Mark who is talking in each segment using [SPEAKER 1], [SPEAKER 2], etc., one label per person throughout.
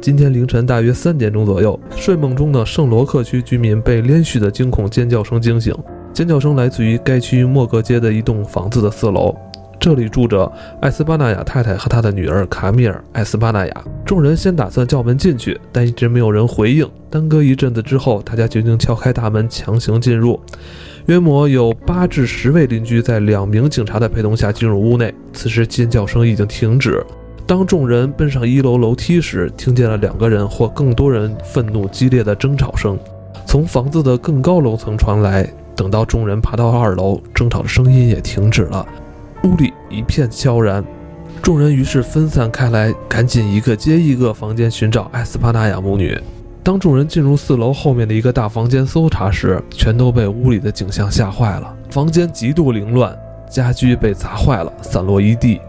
[SPEAKER 1] 今天凌晨大约三点钟左右，睡梦中的圣罗克区居民被连续的惊恐尖叫声惊醒，尖叫声来自于该区莫格街的一栋房子的四楼。这里住着艾斯巴纳雅太太和她的女儿卡米尔·艾斯巴纳雅。众人先打算叫门进去，但一直没有人回应。耽搁一阵子之后，大家决定撬开大门，强行进入。约莫有八至十位邻居在两名警察的陪同下进入屋内。此时尖叫声已经停止。当众人奔上一楼楼梯时，听见了两个人或更多人愤怒激烈的争吵声，从房子的更高楼层传来。等到众人爬到二楼，争吵的声音也停止了。屋里一片悄然，众人于是分散开来，赶紧一个接一个房间寻找艾斯帕纳雅母女。当众人进入四楼后面的一个大房间搜查时，全都被屋里的景象吓坏了。房间极度凌乱，家具被砸坏了，散落一地。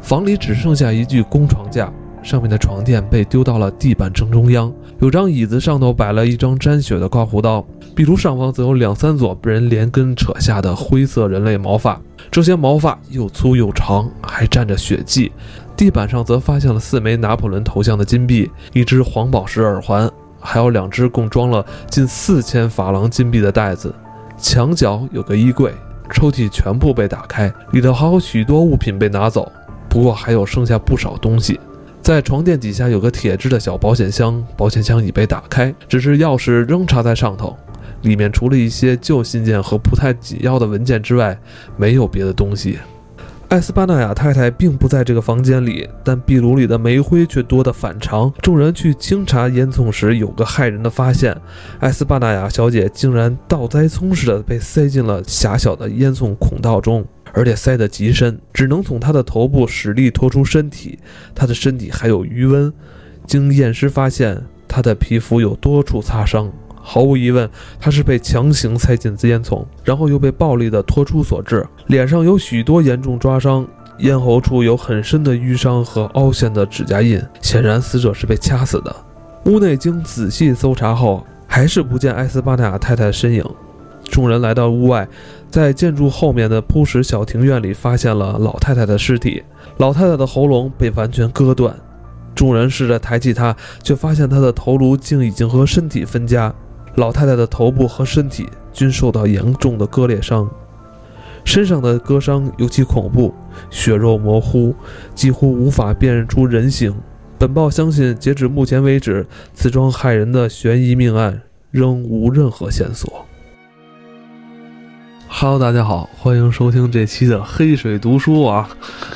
[SPEAKER 1] 房里只剩下一具空床架，上面的床垫被丢到了地板正中央。有张椅子上头摆了一张沾血的刮胡刀，壁炉上方则有两三撮被人连根扯下的灰色人类毛发。这些毛发又粗又长，还沾着血迹。地板上则发现了四枚拿破仑头像的金币，一只黄宝石耳环，还有两只共装了近四千法郎金币的袋子。墙角有个衣柜，抽屉全部被打开，里头还有许多物品被拿走，不过还有剩下不少东西。在床垫底下有个铁质的小保险箱，保险箱已被打开，只是钥匙仍插在上头。里面除了一些旧信件和不太紧要的文件之外，没有别的东西。艾斯巴纳雅太太并不在这个房间里，但壁炉里的煤灰却多得反常。众人去清查烟囱时，有个骇人的发现：艾斯巴纳雅小姐竟然倒栽葱似的被塞进了狭小的烟囱孔道中，而且塞得极深，只能从她的头部使力拖出身体。她的身体还有余温，经验尸发现她的皮肤有多处擦伤。毫无疑问，他是被强行塞进烟囱，然后又被暴力的拖出所致。脸上有许多严重抓伤，咽喉处有很深的淤伤和凹陷的指甲印，显然死者是被掐死的。屋内经仔细搜查后，还是不见埃斯巴纳雅太太的身影。众人来到屋外，在建筑后面的铺石小庭院里发现了老太太的尸体，老太太的喉咙被完全割断。众人试着抬起她，却发现她的头颅竟已经和身体分家。老太太的头部和身体均受到严重的割裂伤，身上的割伤尤其恐怖，血肉模糊，几乎无法辨认出人形。本报相信，截止目前为止，此桩骇人的悬疑命案仍无任何线索。Hello，大家好，欢迎收听这期的《黑水读书》啊，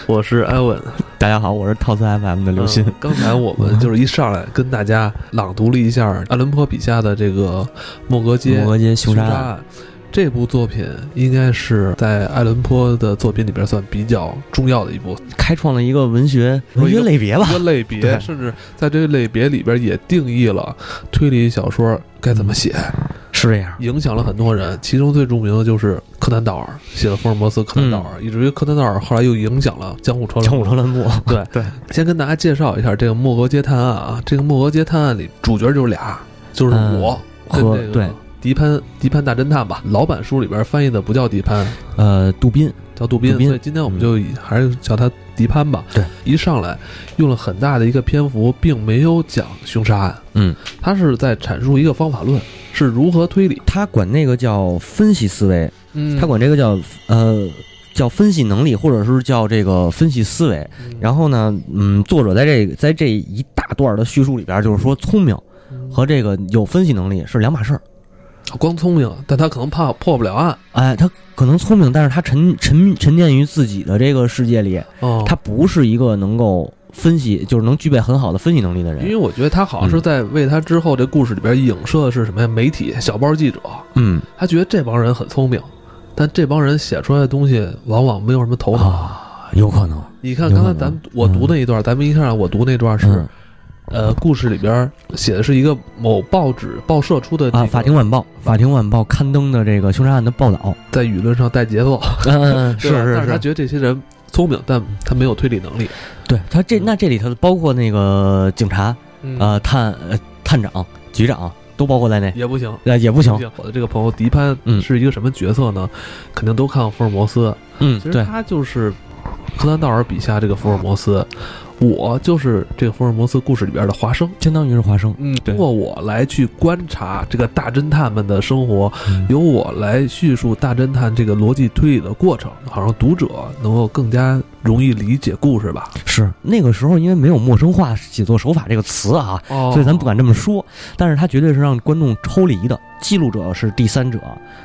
[SPEAKER 1] 我是艾文。
[SPEAKER 2] 大家好，我是套词 FM 的刘鑫。
[SPEAKER 1] 嗯刚才我们就是一上来跟大家朗读了一下阿伦坡笔下的这个《莫格街
[SPEAKER 2] 摩格街凶
[SPEAKER 1] 凶
[SPEAKER 2] 杀
[SPEAKER 1] 杀
[SPEAKER 2] 案，
[SPEAKER 1] 案》这部作品，应该是在爱伦坡的作品里边算比较重要的一 部，
[SPEAKER 2] 开创了一个文学文学类别吧
[SPEAKER 1] 一。个类别，
[SPEAKER 2] 对
[SPEAKER 1] 甚至在这个类别里边也定义了推理小说该怎么写，
[SPEAKER 2] 是这样，
[SPEAKER 1] 影响了很多人。其中最著名的就是柯南道尔写的《福尔摩斯柯南道尔》，以至于柯南道尔后来又影响了江户川
[SPEAKER 2] 嗯江
[SPEAKER 1] 乱
[SPEAKER 2] 户
[SPEAKER 1] 步。
[SPEAKER 2] 川乱步。
[SPEAKER 1] 对
[SPEAKER 2] 对，
[SPEAKER 1] 先跟大家介绍一下这个《莫格街探案》啊，这个《莫格街探案》里主角就是俩，就是我、
[SPEAKER 2] 嗯
[SPEAKER 1] 和
[SPEAKER 2] 和
[SPEAKER 1] 这个
[SPEAKER 2] 对
[SPEAKER 1] 迪潘迪潘大侦探吧。老版书里边翻译的不叫迪潘，嗯
[SPEAKER 2] 呃，杜宾，
[SPEAKER 1] 叫杜宾，
[SPEAKER 2] 杜宾嗯
[SPEAKER 1] 所以今天我们就以还是叫他迪潘吧。
[SPEAKER 2] 对，
[SPEAKER 1] 一上来用了很大的一个篇幅，并没有讲凶杀案，
[SPEAKER 2] 嗯，
[SPEAKER 1] 他是在阐述一个方法论，是如何推理。
[SPEAKER 2] 他管那个叫分析思维，
[SPEAKER 1] 嗯
[SPEAKER 2] 他管这个叫呃叫分析能力，或者是叫这个分析思维。然后呢，嗯，作者在这个在这一大段的叙述里边，就是说聪明和这个有分析能力是两码事儿。
[SPEAKER 1] 光聪明，但他可能怕破不了案。
[SPEAKER 2] 哎，他可能聪明，但是他沉沉沉淀于自己的这个世界里，
[SPEAKER 1] 哦，
[SPEAKER 2] 他不是一个能够分析，就是能具备很好的分析能力的
[SPEAKER 1] 因
[SPEAKER 2] 人。
[SPEAKER 1] 为我觉得他好像是在为他之后这故事里边影射的是什么呀？媒体小报记者，
[SPEAKER 2] 嗯
[SPEAKER 1] 他觉得这帮人很聪明，但这帮人写出来的东西往往没有什么头脑。
[SPEAKER 2] 啊，有可能
[SPEAKER 1] 你看刚才咱们我读那一段，咱们一看我读那段是、
[SPEAKER 2] 嗯
[SPEAKER 1] 呃，故事里边写的是一个某报纸报社出的、这个、
[SPEAKER 2] 啊，《法庭晚报》《法庭晚报》刊登的这个凶杀案的报道，
[SPEAKER 1] 在舆论上带节奏，
[SPEAKER 2] 嗯嗯，嗯
[SPEAKER 1] 对吧但
[SPEAKER 2] 是
[SPEAKER 1] 是他
[SPEAKER 2] 是，
[SPEAKER 1] 觉得这些人聪明，但他没有推理能力。
[SPEAKER 2] 对他这那这里头包括那个警察
[SPEAKER 1] 嗯
[SPEAKER 2] 呃探呃探长、局长都包括在内，
[SPEAKER 1] 也不行。
[SPEAKER 2] 呃也不行
[SPEAKER 1] 不，行我的这个朋友迪潘
[SPEAKER 2] 嗯
[SPEAKER 1] 是一个什么角色呢？肯定都看过福尔摩斯。
[SPEAKER 2] 嗯
[SPEAKER 1] 其实
[SPEAKER 2] 对，
[SPEAKER 1] 他就是柯南道尔笔下这个福尔摩斯。我就是这个福尔摩斯故事里边的华生。
[SPEAKER 2] 相当于是华生，
[SPEAKER 1] 嗯，通
[SPEAKER 2] 对
[SPEAKER 1] 过我来去观察这个大侦探们的生活，
[SPEAKER 2] 嗯
[SPEAKER 1] 由我来叙述大侦探这个逻辑推理的过程，好让读者能够更加容易理解故事吧。
[SPEAKER 2] 是那个时候因为没有陌生化写作手法这个词啊，
[SPEAKER 1] 哦
[SPEAKER 2] 所以咱不敢这么说，但是它绝对是让观众抽离的，记录者是第三者，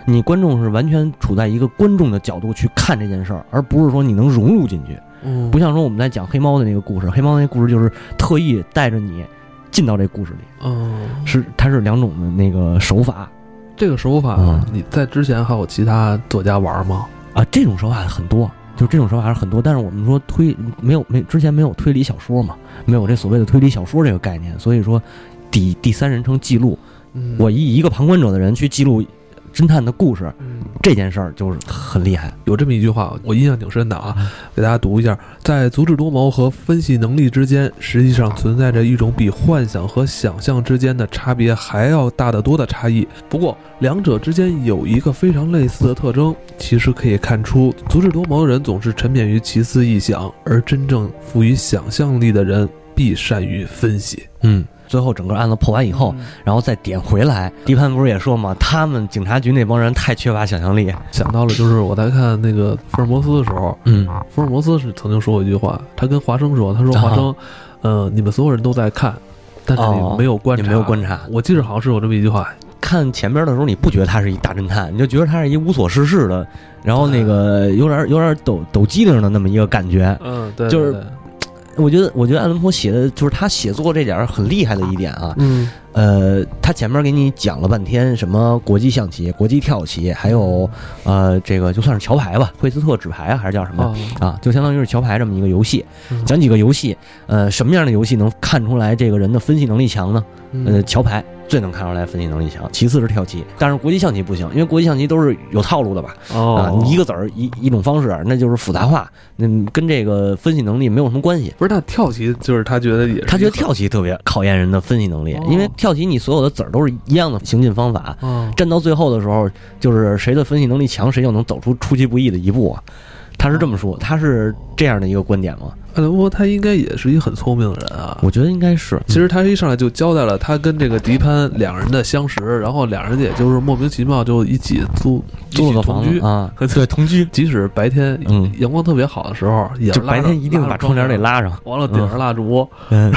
[SPEAKER 2] 你观众是完全处在一个观众的角度去看这件事儿，而不是说你能融入进去。
[SPEAKER 1] 嗯，
[SPEAKER 2] 不像说我们在讲黑猫的那个故事，黑猫那个故事就是特意带着你进到这故事里，
[SPEAKER 1] 嗯，
[SPEAKER 2] 是它是两种的那个手法
[SPEAKER 1] 这个手法
[SPEAKER 2] 嗯
[SPEAKER 1] 你在之前还有其他作家玩吗？
[SPEAKER 2] 啊，这种手法很多，就是这种手法还是很多。但是我们说推没有没之前没有推理小说嘛，没有这所谓的推理小说这个概念，所以说第第三人称记录，
[SPEAKER 1] 嗯，
[SPEAKER 2] 我以一个旁观者的人去记录侦探的故事
[SPEAKER 1] 嗯
[SPEAKER 2] 这件事儿，就是很厉害。
[SPEAKER 1] 有这么一句话，我印象挺深的啊
[SPEAKER 2] 嗯，
[SPEAKER 1] 给大家读一下：在足智多谋和分析能力之间，实际上存在着一种比幻想和想象之间的差别还要大得多的差异。不过，两者之间有一个非常类似的特征，其实可以看出，足智多谋的人总是沉湎于奇思异想，而真正富于想象力的人必善于分析。
[SPEAKER 2] 嗯，最后整个案子破完以
[SPEAKER 1] 嗯
[SPEAKER 2] 后，，然后再点回来，迪潘不是也说嘛，他们警察局那帮人太缺乏想象力。
[SPEAKER 1] 想到了就是我在看那个福尔摩斯的时候，啊
[SPEAKER 2] 嗯，
[SPEAKER 1] 福尔摩斯是曾经说过一句话，他跟华生说，他说
[SPEAKER 2] 啊
[SPEAKER 1] 华生，呃，你们所有人都在看，但是
[SPEAKER 2] 哦
[SPEAKER 1] 你没有观
[SPEAKER 2] 你
[SPEAKER 1] 察，嗯
[SPEAKER 2] 没有观察。
[SPEAKER 1] 我记着好像是有这么一句话，
[SPEAKER 2] 看前边的时候，你不觉得他是一大侦探，你就觉得他是一无所事事的，然后那个有点有点抖抖机灵的那么一个感觉。
[SPEAKER 1] 嗯，对
[SPEAKER 2] 就是对我觉得，我觉得爱伦坡写的就是他写作这点儿很厉害的一点啊。
[SPEAKER 1] 嗯，
[SPEAKER 2] 呃，他前面给你讲了半天什么国际象棋、国际跳棋，还
[SPEAKER 1] 哦
[SPEAKER 2] 有呃这个就算是桥牌吧，惠斯特纸牌啊，还是叫什么
[SPEAKER 1] 啊，
[SPEAKER 2] 啊？就相当于是桥牌这么一个游戏。
[SPEAKER 1] 嗯
[SPEAKER 2] 讲几个游戏，呃，什么样的游戏能看出来这个人的分析能力强呢？呃，
[SPEAKER 1] 嗯
[SPEAKER 2] 桥牌最能看出来分析能力强，其次是跳棋，但是国际象棋不行，因为国际象棋都是有套路的吧？啊，
[SPEAKER 1] 哦，
[SPEAKER 2] 你一个子儿一一种方式，那就是复杂化，那跟这个分析能力没有什么关系。
[SPEAKER 1] 不是，那跳棋就是他觉得也是一个，
[SPEAKER 2] 他觉得跳棋特别考验人的分析能力
[SPEAKER 1] 哦，
[SPEAKER 2] 因为跳棋你所有的子儿都是一样的行进方法，
[SPEAKER 1] 哦，
[SPEAKER 2] 站到最后的时候，就是谁的分析能力强，谁就能走出出其不意的一步啊。他是这么说，他是这样的一个观点吗？
[SPEAKER 1] 爱德华呃他应该也是一个很聪明的人啊。
[SPEAKER 2] 我觉得应该是，
[SPEAKER 1] 其实他一上来就交代了他跟这个迪潘两人的相识，然后两人也就是莫名其妙就一起租
[SPEAKER 2] 租
[SPEAKER 1] 一
[SPEAKER 2] 了
[SPEAKER 1] 起
[SPEAKER 2] 个
[SPEAKER 1] 同
[SPEAKER 2] 房
[SPEAKER 1] 居
[SPEAKER 2] 子，啊，
[SPEAKER 1] 对
[SPEAKER 2] 同居，
[SPEAKER 1] 即使白天
[SPEAKER 2] 嗯
[SPEAKER 1] 阳光特别好的时候，也是
[SPEAKER 2] 就
[SPEAKER 1] 拉
[SPEAKER 2] 白
[SPEAKER 1] 着
[SPEAKER 2] 天一定
[SPEAKER 1] 拉着
[SPEAKER 2] 把窗帘得拉上。
[SPEAKER 1] 完了，点着蜡烛。
[SPEAKER 2] 嗯，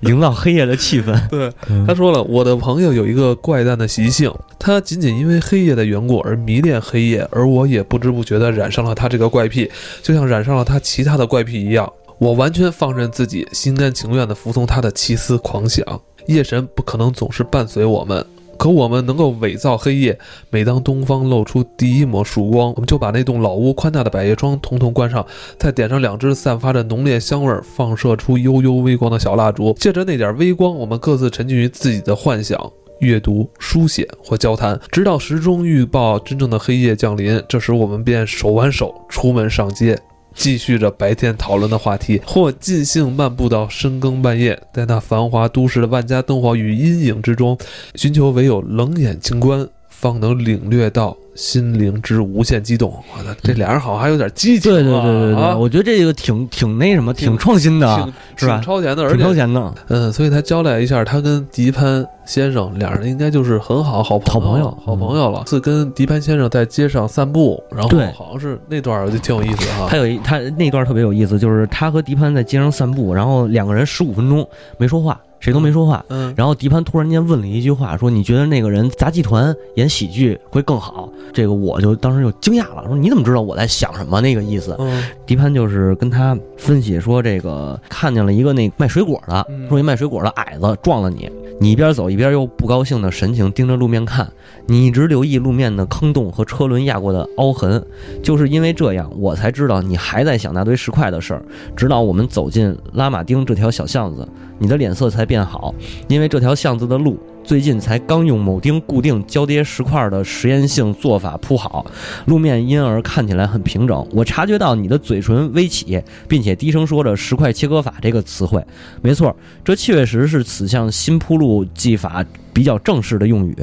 [SPEAKER 2] 营造黑夜的气氛。
[SPEAKER 1] 对，他说了，我的朋友有一个怪诞的习性，他仅仅因为黑夜的缘故而迷恋黑夜，而我也不知不觉地染上了他这个怪癖，就像染上了他其他的怪癖一样。我完全放任自己，心甘情愿地服从他的奇思狂想。夜神不可能总是伴随我们，可我们能够伪造黑夜。每当东方露出第一抹曙光，我们就把那栋老屋宽大的百叶窗统统关上，再点上两支散发着浓烈香味儿、放射出幽幽微光的小蜡烛，借着那点微光，我们各自沉浸于自己的幻想。阅读、书写或交谈，直到时钟预报真正的黑夜降临。这时，我们便手挽手出门上街，继续着白天讨论的话题，或尽兴漫步到深更半夜，在那繁华都市的万家灯火与阴影之中，寻求唯有冷眼静观，方能领略到心灵之无限激动。我操，这俩人好像还有点激情、啊，
[SPEAKER 2] 对对对对对，
[SPEAKER 1] 啊
[SPEAKER 2] 我觉得啊这个挺挺那什么，
[SPEAKER 1] 挺
[SPEAKER 2] 挺创新的
[SPEAKER 1] 挺，
[SPEAKER 2] 是吧
[SPEAKER 1] 挺超前的，而
[SPEAKER 2] 挺超
[SPEAKER 1] 且
[SPEAKER 2] 前的。
[SPEAKER 1] 嗯，所以他交代一下，他跟迪潘先生两人应该就是很好好朋
[SPEAKER 2] 好朋友嗯
[SPEAKER 1] 好朋友了。次跟迪潘先生在街上散步，然后
[SPEAKER 2] 对
[SPEAKER 1] 好像是那段儿就挺有意思的哈
[SPEAKER 2] 他。有一他那段特别有意思，就是他和迪潘在街上散步，然后两个人十五分钟没说话，谁都没说话。
[SPEAKER 1] 嗯，
[SPEAKER 2] 然后迪潘突然间问了一句话，说：“你觉得那个人杂技团演喜剧会更好？”这个我就当时就惊讶了，说：“你怎么知道我在想什么？”那个意思。
[SPEAKER 1] 嗯
[SPEAKER 2] 迪潘就是跟他分析说，这个看见了一个那卖水果的
[SPEAKER 1] 嗯，
[SPEAKER 2] 说一卖水果的矮子撞了你，你一边走一边又不高兴的神情盯着路面看，你一直留意路面的坑洞和车轮压过的凹痕，就是因为这样，我才知道你还在想那堆石块的事儿。直到我们走进拉马丁这条小巷子，你的脸色才变好，因为这条巷子的路。最近才刚用铆钉固定交叠石块的实验性做法铺好，路面因而看起来很平整。我察觉到你的嘴唇微起，并且低声说着“石块切割法”这个词汇。没错，这确实是此项新铺路技法比较正式的用语。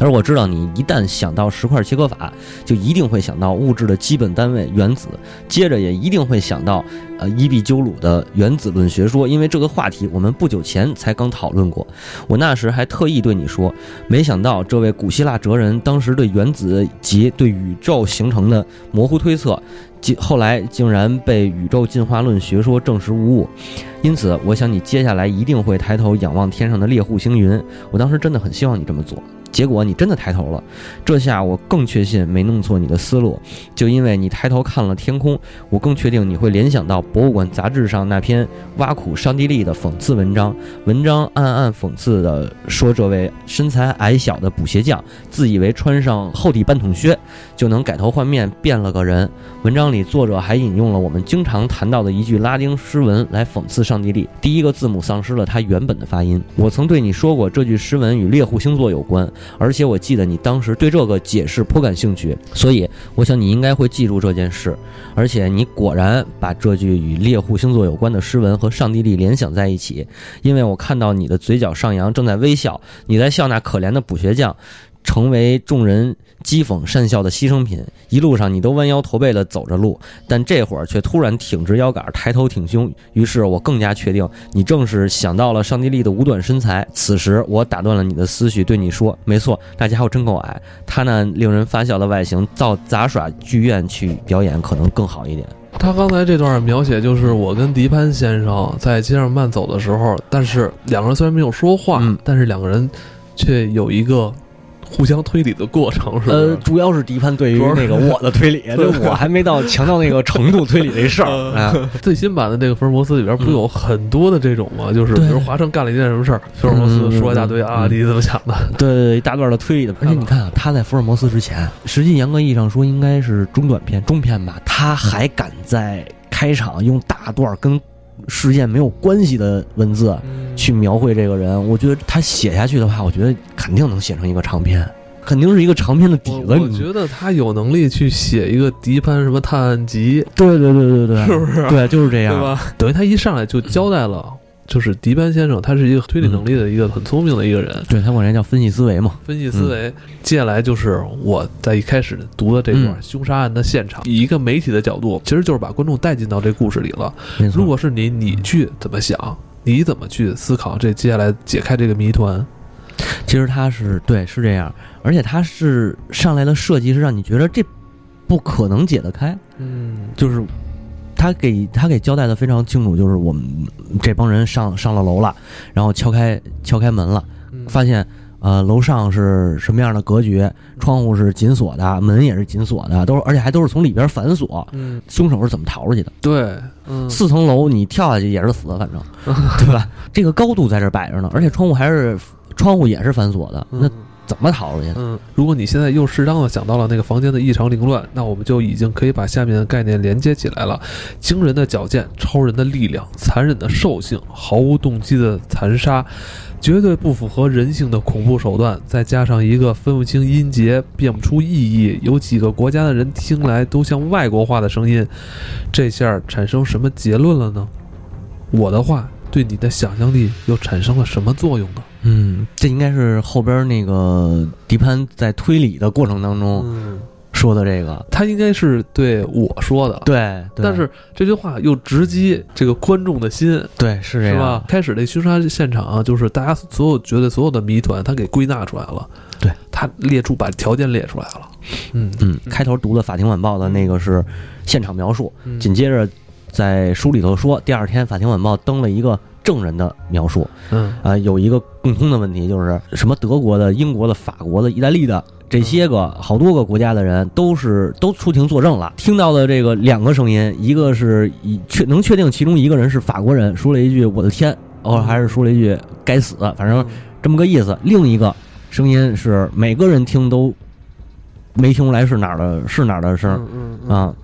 [SPEAKER 2] 而我知道你一旦想到石块切割法，就一定会想到物质的基本单位原子，接着也一定会想到呃伊壁鸠鲁的原子论学说，因为这个话题我们不久前才刚讨论过。我那时还特意对你说，没想到这位古希腊哲人当时对原子及对宇宙形成的模糊推测，竟后来竟然被宇宙进化论学说证实无误。因此，我想你接下来一定会抬头仰望天上的猎户星云。我当时真的很希望你这么做。结果你真的抬头了，这下我更确信没弄错你的思路，就因为你抬头看了天空，我更确定你会联想到《博物馆》杂志上那篇挖苦上帝力的讽刺文章，文章暗暗讽刺的说这位身材矮小的补鞋匠自以为穿上厚底半筒靴就能改头换面变了个人。文章里作者还引用了我们经常谈到的一句拉丁诗文来讽刺上帝力，第一个字母丧失了它原本的发音。我曾对你说过这句诗文与猎户星座有关。而且我记得你当时对这个解释颇感兴趣，所以我想你应该会记住这件事。而且你果然把这句与猎户星座有关的诗文和上帝力联想在一起，因为我看到你的嘴角上扬，正在微笑，你在笑那可怜的补学匠。成为众人讥讽讪笑的牺牲品。一路上，你都弯腰驼背地走着路，但这会儿却突然挺直腰杆，抬头挺胸。于是我更加确定，你正是想到了上帝力的五短身材。此时，我打断了你的思绪，对你说：“没错，那家伙真够矮。他那令人发笑的外形，到杂耍剧院去表演可能更好一点。”
[SPEAKER 1] 他刚才这段描写就是我跟迪潘先生在街上慢走的时候，但是两个人虽然没有说话，
[SPEAKER 2] 嗯
[SPEAKER 1] 但是两个人却有一个互相推理的过程，是吧？
[SPEAKER 2] 呃，主要是迪潘对于
[SPEAKER 1] 主要是
[SPEAKER 2] 那个我的 推理，这我还没到强到那个程度推理这事儿 啊。
[SPEAKER 1] 最新版的这个福尔摩斯里边不有很多的这种吗？就是比
[SPEAKER 2] 嗯对
[SPEAKER 1] 如华生干了一件什么事儿，福尔摩斯说一大堆啊，
[SPEAKER 2] 嗯嗯嗯
[SPEAKER 1] 你怎么想的？
[SPEAKER 2] 对对对，一大段的推理的。而且你看啊，他在福尔摩斯之前，实际严格意义上说应该是中短篇、中篇吧，他还敢在开场用大段跟事件没有关系的文字去描绘这个人。我觉得他写下去的话，我觉得肯定能写成一个长篇，肯定是一个长篇的底
[SPEAKER 1] 我
[SPEAKER 2] 子。
[SPEAKER 1] 我
[SPEAKER 2] 你
[SPEAKER 1] 觉得他有能力去写一个迪潘什么探案集，
[SPEAKER 2] 对对对对对，
[SPEAKER 1] 是不是？
[SPEAKER 2] 对，就是这
[SPEAKER 1] 对
[SPEAKER 2] 样。
[SPEAKER 1] 吧？等于他一上来就交代了，就是迪潘先生他是一个推理能力的一个很聪明的一个人，
[SPEAKER 2] 对他管这叫分析思维嘛，
[SPEAKER 1] 分析思维。接下来就是我在一开始读的这段
[SPEAKER 2] 嗯
[SPEAKER 1] 凶杀案的现场，以一个媒体的角度，其实就是把观众带进到这故事里了。
[SPEAKER 2] 没错。
[SPEAKER 1] 如果是你，你去怎么想？你怎么去思考这接下来解开这个谜团？
[SPEAKER 2] 其实他是对，是这样，而且他是上来的设计是让你觉得这不可能解得开，
[SPEAKER 1] 嗯，
[SPEAKER 2] 就是他给他给交代的非常清楚，就是我们这帮人上上了楼了，然后敲开敲开门了，发现呃楼上是什么样的格局，窗户是紧锁的，门也是紧锁的，都是而且还都是从里边反锁。
[SPEAKER 1] 嗯，
[SPEAKER 2] 凶手是怎么逃出去的？
[SPEAKER 1] 对，嗯，
[SPEAKER 2] 四层楼你跳下去也是死的，反 正对吧？这个高度在这儿摆着呢，而且窗户还是窗户也是反锁的，那
[SPEAKER 1] 嗯
[SPEAKER 2] 怎么逃出去的？
[SPEAKER 1] 嗯，如果你现在又适当的想到了那个房间的异常凌乱，那我们就已经可以把下面的概念连接起来了：惊人的矫健，超人的力量，残忍的兽性，毫无动机的残杀，绝对不符合人性的恐怖手段，再加上一个分不清音节、辨不出意义，有几个国家的人听来都像外国话的声音，这下儿产生什么结论了呢？我的话对你的想象力又产生了什么作用呢？
[SPEAKER 2] 嗯，这应该是后边那个迪潘在推理的过程当中
[SPEAKER 1] 嗯，
[SPEAKER 2] 说的这个。
[SPEAKER 1] 他应该是对我说的，
[SPEAKER 2] 对，对
[SPEAKER 1] 但是这句话又直击这个观众的心，
[SPEAKER 2] 对是这
[SPEAKER 1] 是
[SPEAKER 2] 样
[SPEAKER 1] 吧？？开始这凶杀现场、啊，就是大家所有觉得所有的谜团，他给归纳出来了。
[SPEAKER 2] 对，
[SPEAKER 1] 他列出把条件列出来了。嗯，
[SPEAKER 2] 嗯，开头读的《法庭晚报》的那个是现场描述，
[SPEAKER 1] 嗯
[SPEAKER 2] 紧接着在书里头说，第二天《法庭晚报》登了一个证人的描述，
[SPEAKER 1] 嗯
[SPEAKER 2] 啊、有一个共通的问题就是什么德国的、英国的、法国的、意大利的这些个
[SPEAKER 1] 嗯
[SPEAKER 2] 好多个国家的人都是都出庭作证了，听到的这个两个声音，一个是以确能确定其中一个人是法国人，说了一句“我的天”，偶尔还是说了一句“该死”，反正这么个意思。另一个声音是每个人听都没听出来是哪儿的，是哪儿的声儿
[SPEAKER 1] 嗯嗯
[SPEAKER 2] 啊。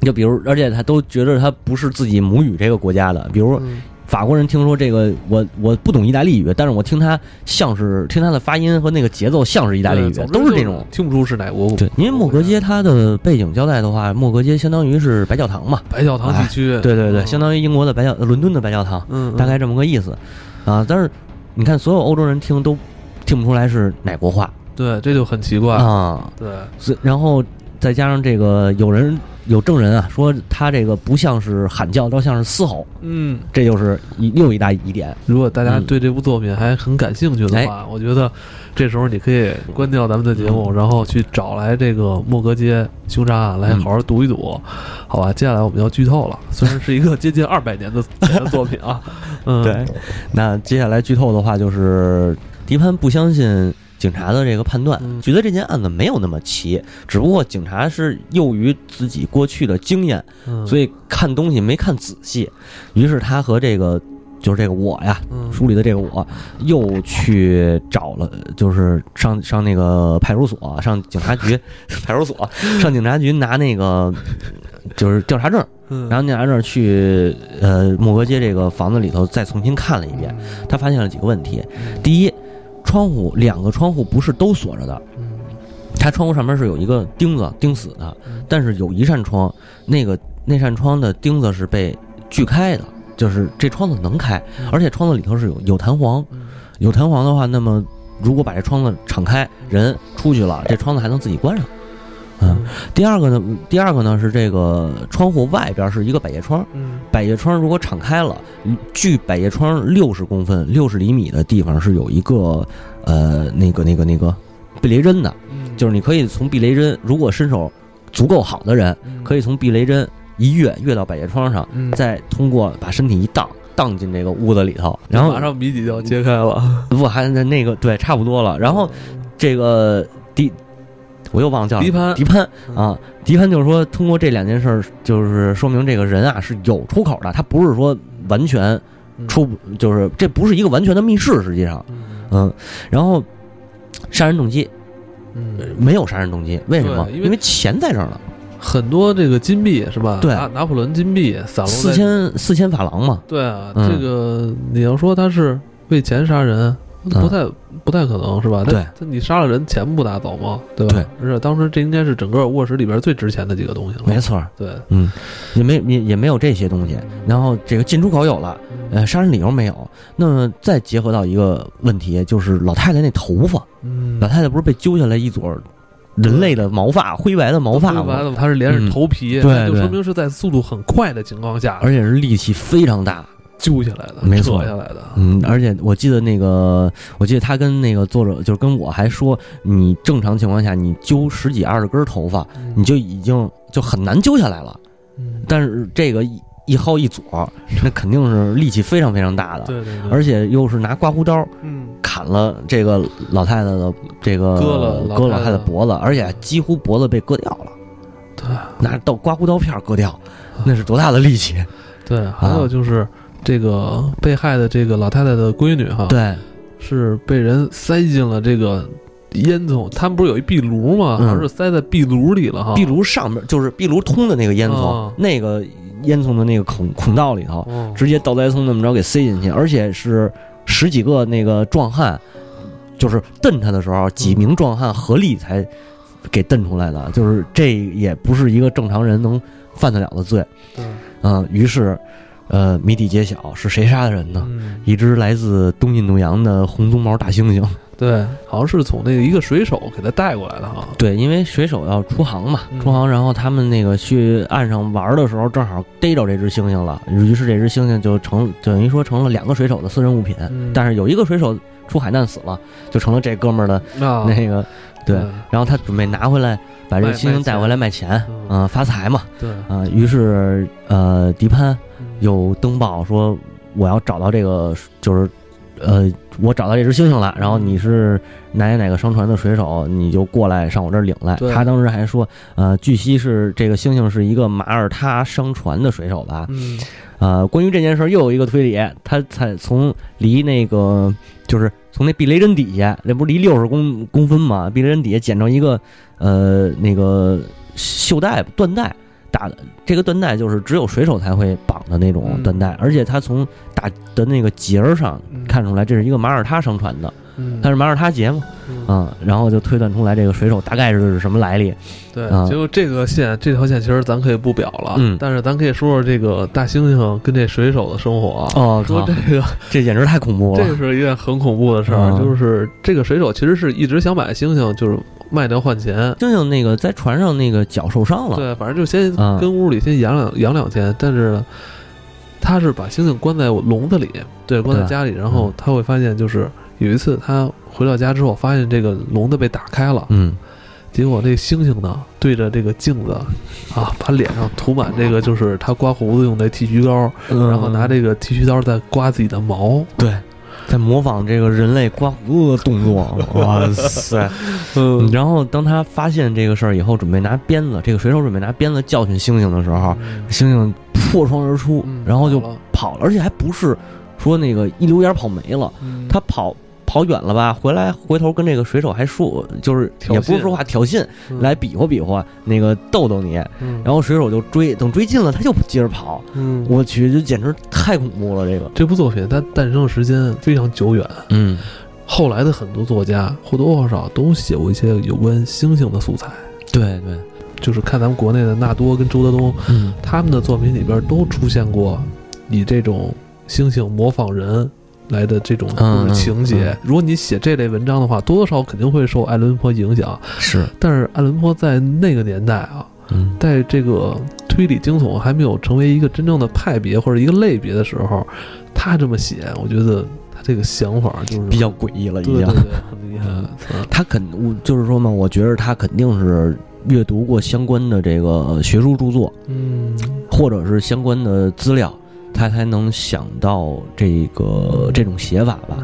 [SPEAKER 2] 就比如，而且他都觉得他不是自己母语这个国家的，比如
[SPEAKER 1] 嗯
[SPEAKER 2] 法国人听说这个，我我不懂意大利语，但是我听他像是听他的发音和那个节奏像是意
[SPEAKER 1] 意
[SPEAKER 2] 大利语，都是这种。
[SPEAKER 1] 听不出是哪国。
[SPEAKER 2] 对，因为莫格街它的背景交代的话，莫格街相当于是白教堂嘛，
[SPEAKER 1] 白教堂地区，
[SPEAKER 2] 哎对对对，
[SPEAKER 1] 嗯
[SPEAKER 2] 相当于英国的白教，呃伦敦的白教堂，
[SPEAKER 1] 嗯嗯
[SPEAKER 2] 大概这么个意思啊。但是你看，所有欧洲人听都听不出来是哪国话，
[SPEAKER 1] 对，这就很奇怪。
[SPEAKER 2] 啊，
[SPEAKER 1] 对，
[SPEAKER 2] 是然后再加上这个有人有证人啊，说他这个不像是喊叫，倒像是嘶吼，
[SPEAKER 1] 嗯，
[SPEAKER 2] 这又是一又一大疑点。
[SPEAKER 1] 如果大家
[SPEAKER 2] 嗯哎
[SPEAKER 1] 对这部作品还很感兴趣的话，我觉得这时候你可以关掉咱们的节
[SPEAKER 2] 嗯
[SPEAKER 1] 目，然后去找来这个莫格街凶杀案来
[SPEAKER 2] 嗯
[SPEAKER 1] 好好读一读，好吧？接下来我们要剧透了，虽然是一个接近二百年的前的作品 啊，嗯，，，
[SPEAKER 2] 那接下来剧透的话就是，迪潘不相信警察的这个判断，
[SPEAKER 1] 嗯
[SPEAKER 2] 觉得这件案子没有那么奇，只不过警察是囿于自己过去的经验，
[SPEAKER 1] 嗯、
[SPEAKER 2] 所
[SPEAKER 1] 以
[SPEAKER 2] 以看东西没看仔细，于是他和这个就是这个我呀，
[SPEAKER 1] 嗯，
[SPEAKER 2] 书里的这个我，又去找了，就是上上那个派出所，上警察局， 派出所，上警察局拿那个就是调查证，
[SPEAKER 1] 嗯
[SPEAKER 2] 然后调查证去呃莫格街这个房子里头再重新看了一遍，他发现了几个问题。
[SPEAKER 1] 嗯
[SPEAKER 2] 第一，窗户两个窗户不是都锁着的，
[SPEAKER 1] 嗯
[SPEAKER 2] 它窗户上面是有一个钉子钉死的
[SPEAKER 1] 嗯，
[SPEAKER 2] 但是有一扇窗，那个那扇窗的钉子是被锯开的，就是这窗子能开，而且窗子里头是有有弹簧。
[SPEAKER 1] 嗯
[SPEAKER 2] 有弹簧的话，那么如果把这窗子敞开，人出去了，这窗子还能自己关上。嗯，第二个呢，第二个呢是这个窗户外边是一个百叶窗，
[SPEAKER 1] 嗯
[SPEAKER 2] 百叶窗如果敞开了，嗯距百叶窗六十公分、六十厘米的地方是有一个呃那个那个那个避雷针的，
[SPEAKER 1] 嗯，
[SPEAKER 2] 就是你可以从避雷针，如果身手足够好的人，可
[SPEAKER 1] 以
[SPEAKER 2] 以从避雷针一跃跃到百叶窗上，
[SPEAKER 1] 嗯
[SPEAKER 2] 再通过把身体一荡荡进这个屋子里头，然后
[SPEAKER 1] 马上谜底就要揭开了，
[SPEAKER 2] 不还那那个对，差不多了。然后这个迪，我又忘了叫
[SPEAKER 1] 迪潘
[SPEAKER 2] 迪潘啊，迪潘就是说，通过这两件事儿，就是说明这个人啊是有出口的，他不是说完全出不，就是这不是一个完全的密室，实际上，
[SPEAKER 1] 嗯
[SPEAKER 2] 嗯。然后杀人动机呃
[SPEAKER 1] 嗯，
[SPEAKER 2] 没有杀人动机，为什么？
[SPEAKER 1] 对因
[SPEAKER 2] 因
[SPEAKER 1] 为
[SPEAKER 2] 为钱在这儿呢，
[SPEAKER 1] 很多这个金币是吧？
[SPEAKER 2] 对
[SPEAKER 1] 拿拿破仑金币散落在
[SPEAKER 2] 四千四千法郎嘛，
[SPEAKER 1] 对啊，
[SPEAKER 2] 嗯
[SPEAKER 1] 这个你要说他是为钱杀人，不太、不太可能是吧？他
[SPEAKER 2] 嗯对，
[SPEAKER 1] 他你杀了人，钱不拿走吗？对吧？
[SPEAKER 2] 对，
[SPEAKER 1] 而且当时这应该是整个卧室里边最值钱的几个东西了。
[SPEAKER 2] 没错儿，嗯
[SPEAKER 1] 对，
[SPEAKER 2] 也没也也没有这些东西。然后这个进出口有了，呃，杀人理由没有。那么再结合到一个问题，就是老太太那头发，
[SPEAKER 1] 嗯
[SPEAKER 2] 老，太太不是被揪下来一撮人类的毛发，灰白的毛发
[SPEAKER 1] 完
[SPEAKER 2] 吗？
[SPEAKER 1] 了，他是连着头皮，
[SPEAKER 2] 嗯对
[SPEAKER 1] 那就说
[SPEAKER 2] 对
[SPEAKER 1] 明是在速度很快的情况下
[SPEAKER 2] 而且是力气非常大。
[SPEAKER 1] 揪下来的，
[SPEAKER 2] 没错
[SPEAKER 1] 扯下来的。
[SPEAKER 2] 嗯，而且我记得那个，我记得他跟那个作者，就是跟我还说，你正常情况下你揪十几二十根头发，你就已经就很难揪下来了。
[SPEAKER 1] 嗯，
[SPEAKER 2] 但是这个一一薅一撮，那肯定是力气非常非常大的，
[SPEAKER 1] 对对对，
[SPEAKER 2] 而且又是拿刮胡刀。
[SPEAKER 1] 嗯
[SPEAKER 2] 砍了这个老太太的这个
[SPEAKER 1] 割了
[SPEAKER 2] 割
[SPEAKER 1] 老
[SPEAKER 2] 老
[SPEAKER 1] 太太
[SPEAKER 2] 太太脖子，而且几乎脖子被割掉了，
[SPEAKER 1] 对
[SPEAKER 2] 拿刀刮胡刀片割
[SPEAKER 1] 啊
[SPEAKER 2] 掉，那是多大的力气？
[SPEAKER 1] 对，还有
[SPEAKER 2] 啊
[SPEAKER 1] 就是这个被害的这个老太太的闺女哈，
[SPEAKER 2] 对，
[SPEAKER 1] 是被人塞进了这个烟囱，他们不是有一壁炉吗？
[SPEAKER 2] 嗯
[SPEAKER 1] 好像是塞在壁炉里了哈。
[SPEAKER 2] 壁炉上面就是壁炉通的那个烟囱
[SPEAKER 1] 哦，
[SPEAKER 2] 那个烟囱的那个孔孔道里头，
[SPEAKER 1] 哦，
[SPEAKER 2] 直接倒栽葱那么着给塞进去，而且是十几个那个壮汉，就是蹬他的时候，几名壮汉合力才给蹬出来的，就是这也不是一个正常人能犯得了的罪。
[SPEAKER 1] 嗯
[SPEAKER 2] 嗯，于是，呃，谜底揭晓是谁杀的人呢？
[SPEAKER 1] 嗯，
[SPEAKER 2] 一只来自东印度洋的红鬃毛大猩猩。
[SPEAKER 1] 对，好像是从那个一个水手给他带过来的哈。
[SPEAKER 2] 对，因为水手要出航嘛
[SPEAKER 1] 嗯，
[SPEAKER 2] 出航，然后他们那个去岸上玩的时候，正好逮着这只猩猩了，于是这只猩猩就成等于说成了两个水手的私人物品。
[SPEAKER 1] 嗯
[SPEAKER 2] 但是有一个水手出海难死了，就成了这哥们儿的
[SPEAKER 1] 那
[SPEAKER 2] 那个、对。然后他准备拿回来，把这
[SPEAKER 1] 啊卖
[SPEAKER 2] 个猩
[SPEAKER 1] 卖
[SPEAKER 2] 猩带回来卖钱，
[SPEAKER 1] 嗯
[SPEAKER 2] 嗯、发财嘛，
[SPEAKER 1] 对
[SPEAKER 2] 啊、于是呃，迪潘
[SPEAKER 1] 嗯
[SPEAKER 2] 有登报说我要找到这个，就是呃，我找到这只猩猩了。然后你是哪哪哪个商船的水手，你就过来上我这儿领来
[SPEAKER 1] 对。
[SPEAKER 2] 他当时还说，呃，据悉是这个猩猩是一个马耳他商船的水手吧？
[SPEAKER 1] 嗯
[SPEAKER 2] 呃，关于这件事儿又有一个推理，他才从离那个就是从那避雷针底下，那不是离六十公公分嘛？避雷针底下捡着一个呃那个袖带缎带打的，这个缎带就是只有水手才会绑的那种
[SPEAKER 1] 嗯
[SPEAKER 2] 缎带，而且他从打的那个结儿上
[SPEAKER 1] 嗯
[SPEAKER 2] 看出来，这是一个马耳他商船的，
[SPEAKER 1] 嗯
[SPEAKER 2] 它是马耳他结嘛？
[SPEAKER 1] 嗯
[SPEAKER 2] 啊、然后就推断出来这个水手大概是什么来历。
[SPEAKER 1] 对
[SPEAKER 2] 啊，
[SPEAKER 1] 结果这个线这条线其实咱可以不表了，
[SPEAKER 2] 嗯
[SPEAKER 1] 但是咱可以说说这个大猩猩跟这水手的生活啊。
[SPEAKER 2] 哦，
[SPEAKER 1] 说
[SPEAKER 2] 靠
[SPEAKER 1] 这个，
[SPEAKER 2] 这简直太恐怖
[SPEAKER 1] 这
[SPEAKER 2] 了！
[SPEAKER 1] 是一件很恐怖的事儿，
[SPEAKER 2] 嗯
[SPEAKER 1] 就是这个水手其实是一直想买猩猩，就是卖掉换钱。
[SPEAKER 2] 猩猩那个在船上那个脚受伤了，
[SPEAKER 1] 对，反正就先
[SPEAKER 2] 嗯
[SPEAKER 1] 跟屋里先养两养两天，但是呢，他是把猩猩关在笼子里，对，关在
[SPEAKER 2] 对
[SPEAKER 1] 家里，然后
[SPEAKER 2] 嗯
[SPEAKER 1] 他会发现，就是有一次他回到家之后，发现这个笼子被打开了，
[SPEAKER 2] 嗯，
[SPEAKER 1] 结果这猩猩呢对着这个镜子，啊，把脸上涂满这个就是他刮胡子用的剃须刀，然
[SPEAKER 2] 然
[SPEAKER 1] 后拿这个剃须刀在刮自己的毛，
[SPEAKER 2] 对，在模仿这个人类刮胡子的动作，哇塞！
[SPEAKER 1] 嗯，
[SPEAKER 2] 然后当他发现这个事儿以后，准备拿鞭子，这个水手准备拿鞭子教训猩猩的时候，猩猩破窗而出，
[SPEAKER 1] 嗯
[SPEAKER 2] 嗯然后就
[SPEAKER 1] 好了
[SPEAKER 2] 跑了，而且还不是说那个一溜烟跑没了，
[SPEAKER 1] 嗯
[SPEAKER 2] 他跑跑远了吧，回来回头跟这个水手还说，就是
[SPEAKER 1] 挑
[SPEAKER 2] 也不
[SPEAKER 1] 衅
[SPEAKER 2] 是说话挑衅，
[SPEAKER 1] 嗯
[SPEAKER 2] 来比划比划，那个逗逗你，
[SPEAKER 1] 嗯
[SPEAKER 2] 然后水手就追，等追近了他又接着跑，
[SPEAKER 1] 嗯，
[SPEAKER 2] 我去，这简直太恐怖了，这个，
[SPEAKER 1] 这部作品它诞生的时间非常久远，
[SPEAKER 2] 嗯，
[SPEAKER 1] 后来的很多作家或多或少都写过一些有关猩猩的素材，
[SPEAKER 2] 对对，
[SPEAKER 1] 就是看咱们国内的纳多跟周德东
[SPEAKER 2] 嗯
[SPEAKER 1] 他们的作品里边都出现过以这种猩猩模仿人来的这种故
[SPEAKER 2] 嗯
[SPEAKER 1] 事
[SPEAKER 2] 嗯
[SPEAKER 1] 情节。
[SPEAKER 2] 嗯
[SPEAKER 1] 如果你写这类文章的话，多多少少肯定会受爱伦坡影响，
[SPEAKER 2] 是，
[SPEAKER 1] 但是爱伦坡在那个年代啊，
[SPEAKER 2] 嗯
[SPEAKER 1] 在这个推理惊悚还没有成为一个真正的派别或者一个类别的时候，他这么写，我觉得他这个想法就是
[SPEAKER 2] 比较诡异了，已
[SPEAKER 1] 对对
[SPEAKER 2] 经
[SPEAKER 1] 对，。很厉害。嗯
[SPEAKER 2] 他肯，我就是说嘛，我觉得他肯定是阅读过相关的这个呃学术著作，
[SPEAKER 1] 嗯，
[SPEAKER 2] 或者是相关的资料，他才能想到这个这种写法吧。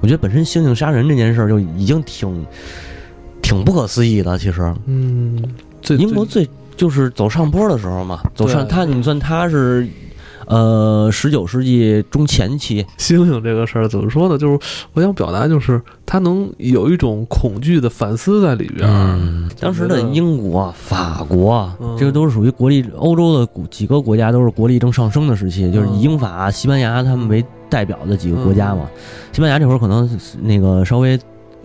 [SPEAKER 2] 我觉得本身猩猩杀人这件事儿就已经挺挺不可思议的。其实
[SPEAKER 1] 嗯，最
[SPEAKER 2] 英国最就是走上坡的时候嘛，走上
[SPEAKER 1] 对
[SPEAKER 2] 他，你算他是呃十九世纪中前期，
[SPEAKER 1] 猩猩这个事儿怎么说呢？就是我想表达，就是他能有一种恐惧的反思在里边儿。
[SPEAKER 2] 当时的英国啊、法国啊
[SPEAKER 1] 嗯，
[SPEAKER 2] 这个都是属于国力欧洲的古几个国家都是国力正上升的时期，就是以英法、啊西班牙他们为代表的几个国家嘛。西班牙这会儿可能是那个稍微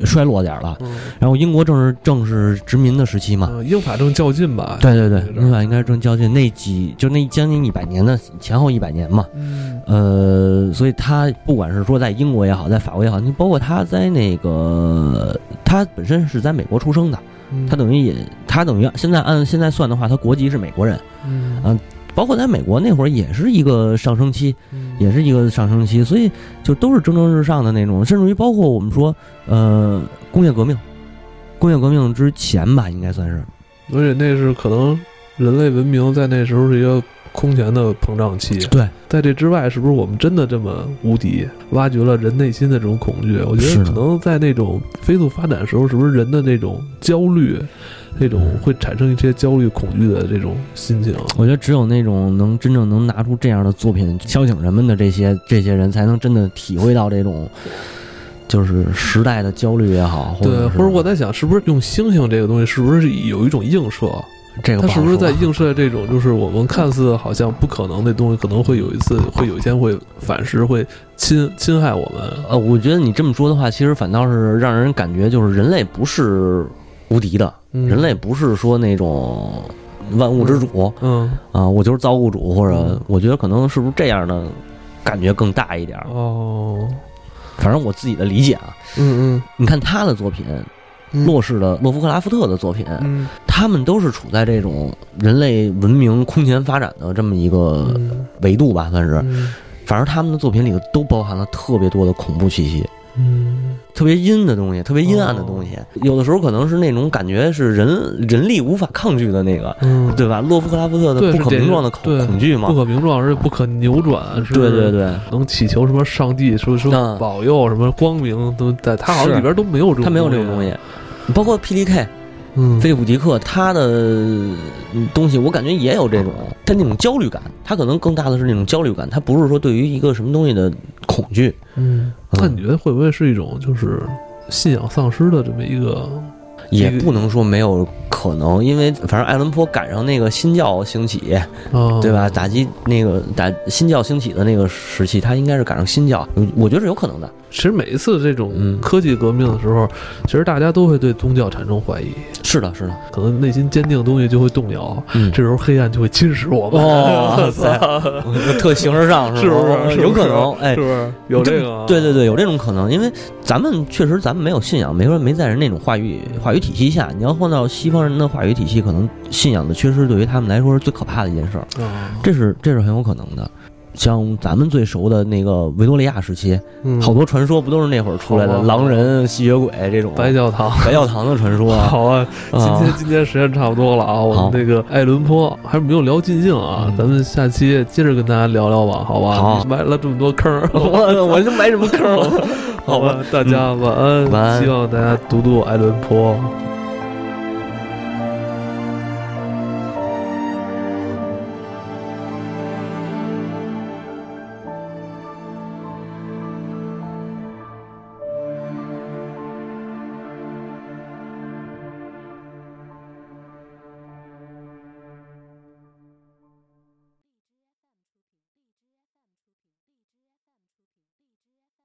[SPEAKER 2] 衰落点儿了，
[SPEAKER 1] 嗯，
[SPEAKER 2] 然后英国正是正是殖民的时期嘛。
[SPEAKER 1] 呃英法正较劲吧？
[SPEAKER 2] 对对对
[SPEAKER 1] 有，点
[SPEAKER 2] 英法应该是正较劲那几就那将近一百年的前后一百年嘛。
[SPEAKER 1] 嗯，
[SPEAKER 2] 呃，所以他不管是说在英国也好，在法国也好，你包括他在那个他本身是在美国出生的。
[SPEAKER 1] 嗯，
[SPEAKER 2] 他等于也，他等于现在按现在算的话，他国籍是美国人，
[SPEAKER 1] 嗯
[SPEAKER 2] 啊包括在美国那会儿也是一个上升期，
[SPEAKER 1] 嗯
[SPEAKER 2] 也是一个上升期，所以就都是蒸蒸日上的那种，甚至于包括我们说，呃，工业革命，工业革命之前吧，应该算是，
[SPEAKER 1] 而且那是可能人类文明在那时候是一个空前的膨胀期。
[SPEAKER 2] 对，
[SPEAKER 1] 在这之外，是不是我们真的这么无敌？挖掘了人内心的这种恐惧？我觉
[SPEAKER 2] 是
[SPEAKER 1] 得可
[SPEAKER 2] 的
[SPEAKER 1] 能在那种飞速发展的时候，是不是人的那种焦虑，那
[SPEAKER 2] 嗯
[SPEAKER 1] 种会产生一些焦虑、恐惧的这种心情？
[SPEAKER 2] 我觉得只有那种能真正能拿出这样的作品敲醒人们的这些这些人，才能真的体会到这种，就是时代的焦虑也好，或
[SPEAKER 1] 对，
[SPEAKER 2] 者
[SPEAKER 1] 或者
[SPEAKER 2] 是
[SPEAKER 1] 我在想，是不是用星星这个东西，是不是有一种映射？
[SPEAKER 2] 这个
[SPEAKER 1] 它
[SPEAKER 2] 好
[SPEAKER 1] 是不是
[SPEAKER 2] 说
[SPEAKER 1] 在映射这种，就是我们看似好像不可能的东西，可能会有一次，会有一天会反噬，会侵侵害我们？
[SPEAKER 2] 呃，我觉得你这么说的话，其实反倒是让人感觉就是人类不是无敌的，
[SPEAKER 1] 嗯
[SPEAKER 2] 人类，不是说那种万物之主
[SPEAKER 1] 嗯，
[SPEAKER 2] 啊、我就是造物主，或者
[SPEAKER 1] 嗯
[SPEAKER 2] 我觉得可能是不是这样的感觉更大一点儿。
[SPEAKER 1] 哦，
[SPEAKER 2] 反正我自己的理解啊，
[SPEAKER 1] 嗯
[SPEAKER 2] 你看他的作品，
[SPEAKER 1] 嗯，
[SPEAKER 2] 洛氏的洛夫克拉夫特的作品，
[SPEAKER 1] 嗯，
[SPEAKER 2] 他们都是处在这种人类文明空前发展的这么一个
[SPEAKER 1] 嗯，
[SPEAKER 2] 维度吧，算是。
[SPEAKER 1] 嗯
[SPEAKER 2] 反正他们的作品里头都包含了特别多的恐怖气息。
[SPEAKER 1] 嗯，
[SPEAKER 2] 特别阴的东西，特别阴暗的东西，有的时候可能是那种感觉是人人力无法抗拒的那个，
[SPEAKER 1] 嗯，
[SPEAKER 2] 对吧？洛夫克拉夫特
[SPEAKER 1] 对
[SPEAKER 2] 的
[SPEAKER 1] 是
[SPEAKER 2] 不可名状的恐
[SPEAKER 1] 这对
[SPEAKER 2] 恐惧嘛
[SPEAKER 1] 不，可名状，而且不可扭转，是
[SPEAKER 2] 对对，对，
[SPEAKER 1] 能祈求什么上帝，说说
[SPEAKER 2] 嗯
[SPEAKER 1] 保佑什么光明，都在他好像
[SPEAKER 2] 是
[SPEAKER 1] 里边都没有这种，啊
[SPEAKER 2] 他没有这种东，西。包括 P.D.K.
[SPEAKER 1] 嗯，
[SPEAKER 2] 菲利普迪克他的嗯东西，我感觉也有这种，他那种焦虑感，他可能更大的是那种焦虑感，他不是说对于一个什么东西的恐惧。
[SPEAKER 1] 嗯，
[SPEAKER 2] 嗯
[SPEAKER 1] 那你觉得会不会是一种就是信仰丧失的这么一个？
[SPEAKER 2] 也不能说没有可能，因为反正爱伦坡赶上那个新教兴起，
[SPEAKER 1] 啊，
[SPEAKER 2] 对？吧？打击那个打新教兴起的那个时期，他应该是赶上新教，我我觉得是有可能的。
[SPEAKER 1] 其实每一次这种
[SPEAKER 2] 嗯
[SPEAKER 1] 科技革命的时候，其实大家都会对宗教产生怀疑，
[SPEAKER 2] 是的，是的，
[SPEAKER 1] 可能内心坚定的东西就会动摇，
[SPEAKER 2] 嗯，
[SPEAKER 1] 这时候黑暗就会侵蚀我 们。
[SPEAKER 2] 哦
[SPEAKER 1] 我 操
[SPEAKER 2] 特形而上
[SPEAKER 1] 是不是是不是
[SPEAKER 2] 有可能，哎
[SPEAKER 1] 是。不是有这个啊？
[SPEAKER 2] 对对对，有这种可能，因为咱们确实咱们没有信仰，没说没在人那种话语话语体系下。你要换到西方人的话语体系，可能信仰的缺失对于他们来说是最可怕的一件事儿，
[SPEAKER 1] 啊，
[SPEAKER 2] 这是这是很有可能的。像咱们最熟的那个维多利亚时期，
[SPEAKER 1] 嗯
[SPEAKER 2] 好多传说不都是那会儿出来
[SPEAKER 1] 好
[SPEAKER 2] 的，
[SPEAKER 1] 啊
[SPEAKER 2] 狼人、吸血鬼这种
[SPEAKER 1] 白教堂。
[SPEAKER 2] 白教堂的传说啊。
[SPEAKER 1] 好啊，今天
[SPEAKER 2] 啊
[SPEAKER 1] 今天时间差不多了啊，我们
[SPEAKER 2] 好
[SPEAKER 1] 那个爱伦坡还是没有聊尽兴啊，
[SPEAKER 2] 嗯
[SPEAKER 1] 咱们下期接着跟大家聊聊吧，好吧？
[SPEAKER 2] 好
[SPEAKER 1] 埋了这么多坑儿，
[SPEAKER 2] 我我就埋什么坑了？好吧嗯
[SPEAKER 1] 吧，大家晚安，
[SPEAKER 2] 晚安
[SPEAKER 1] 希望大家读读爱伦坡。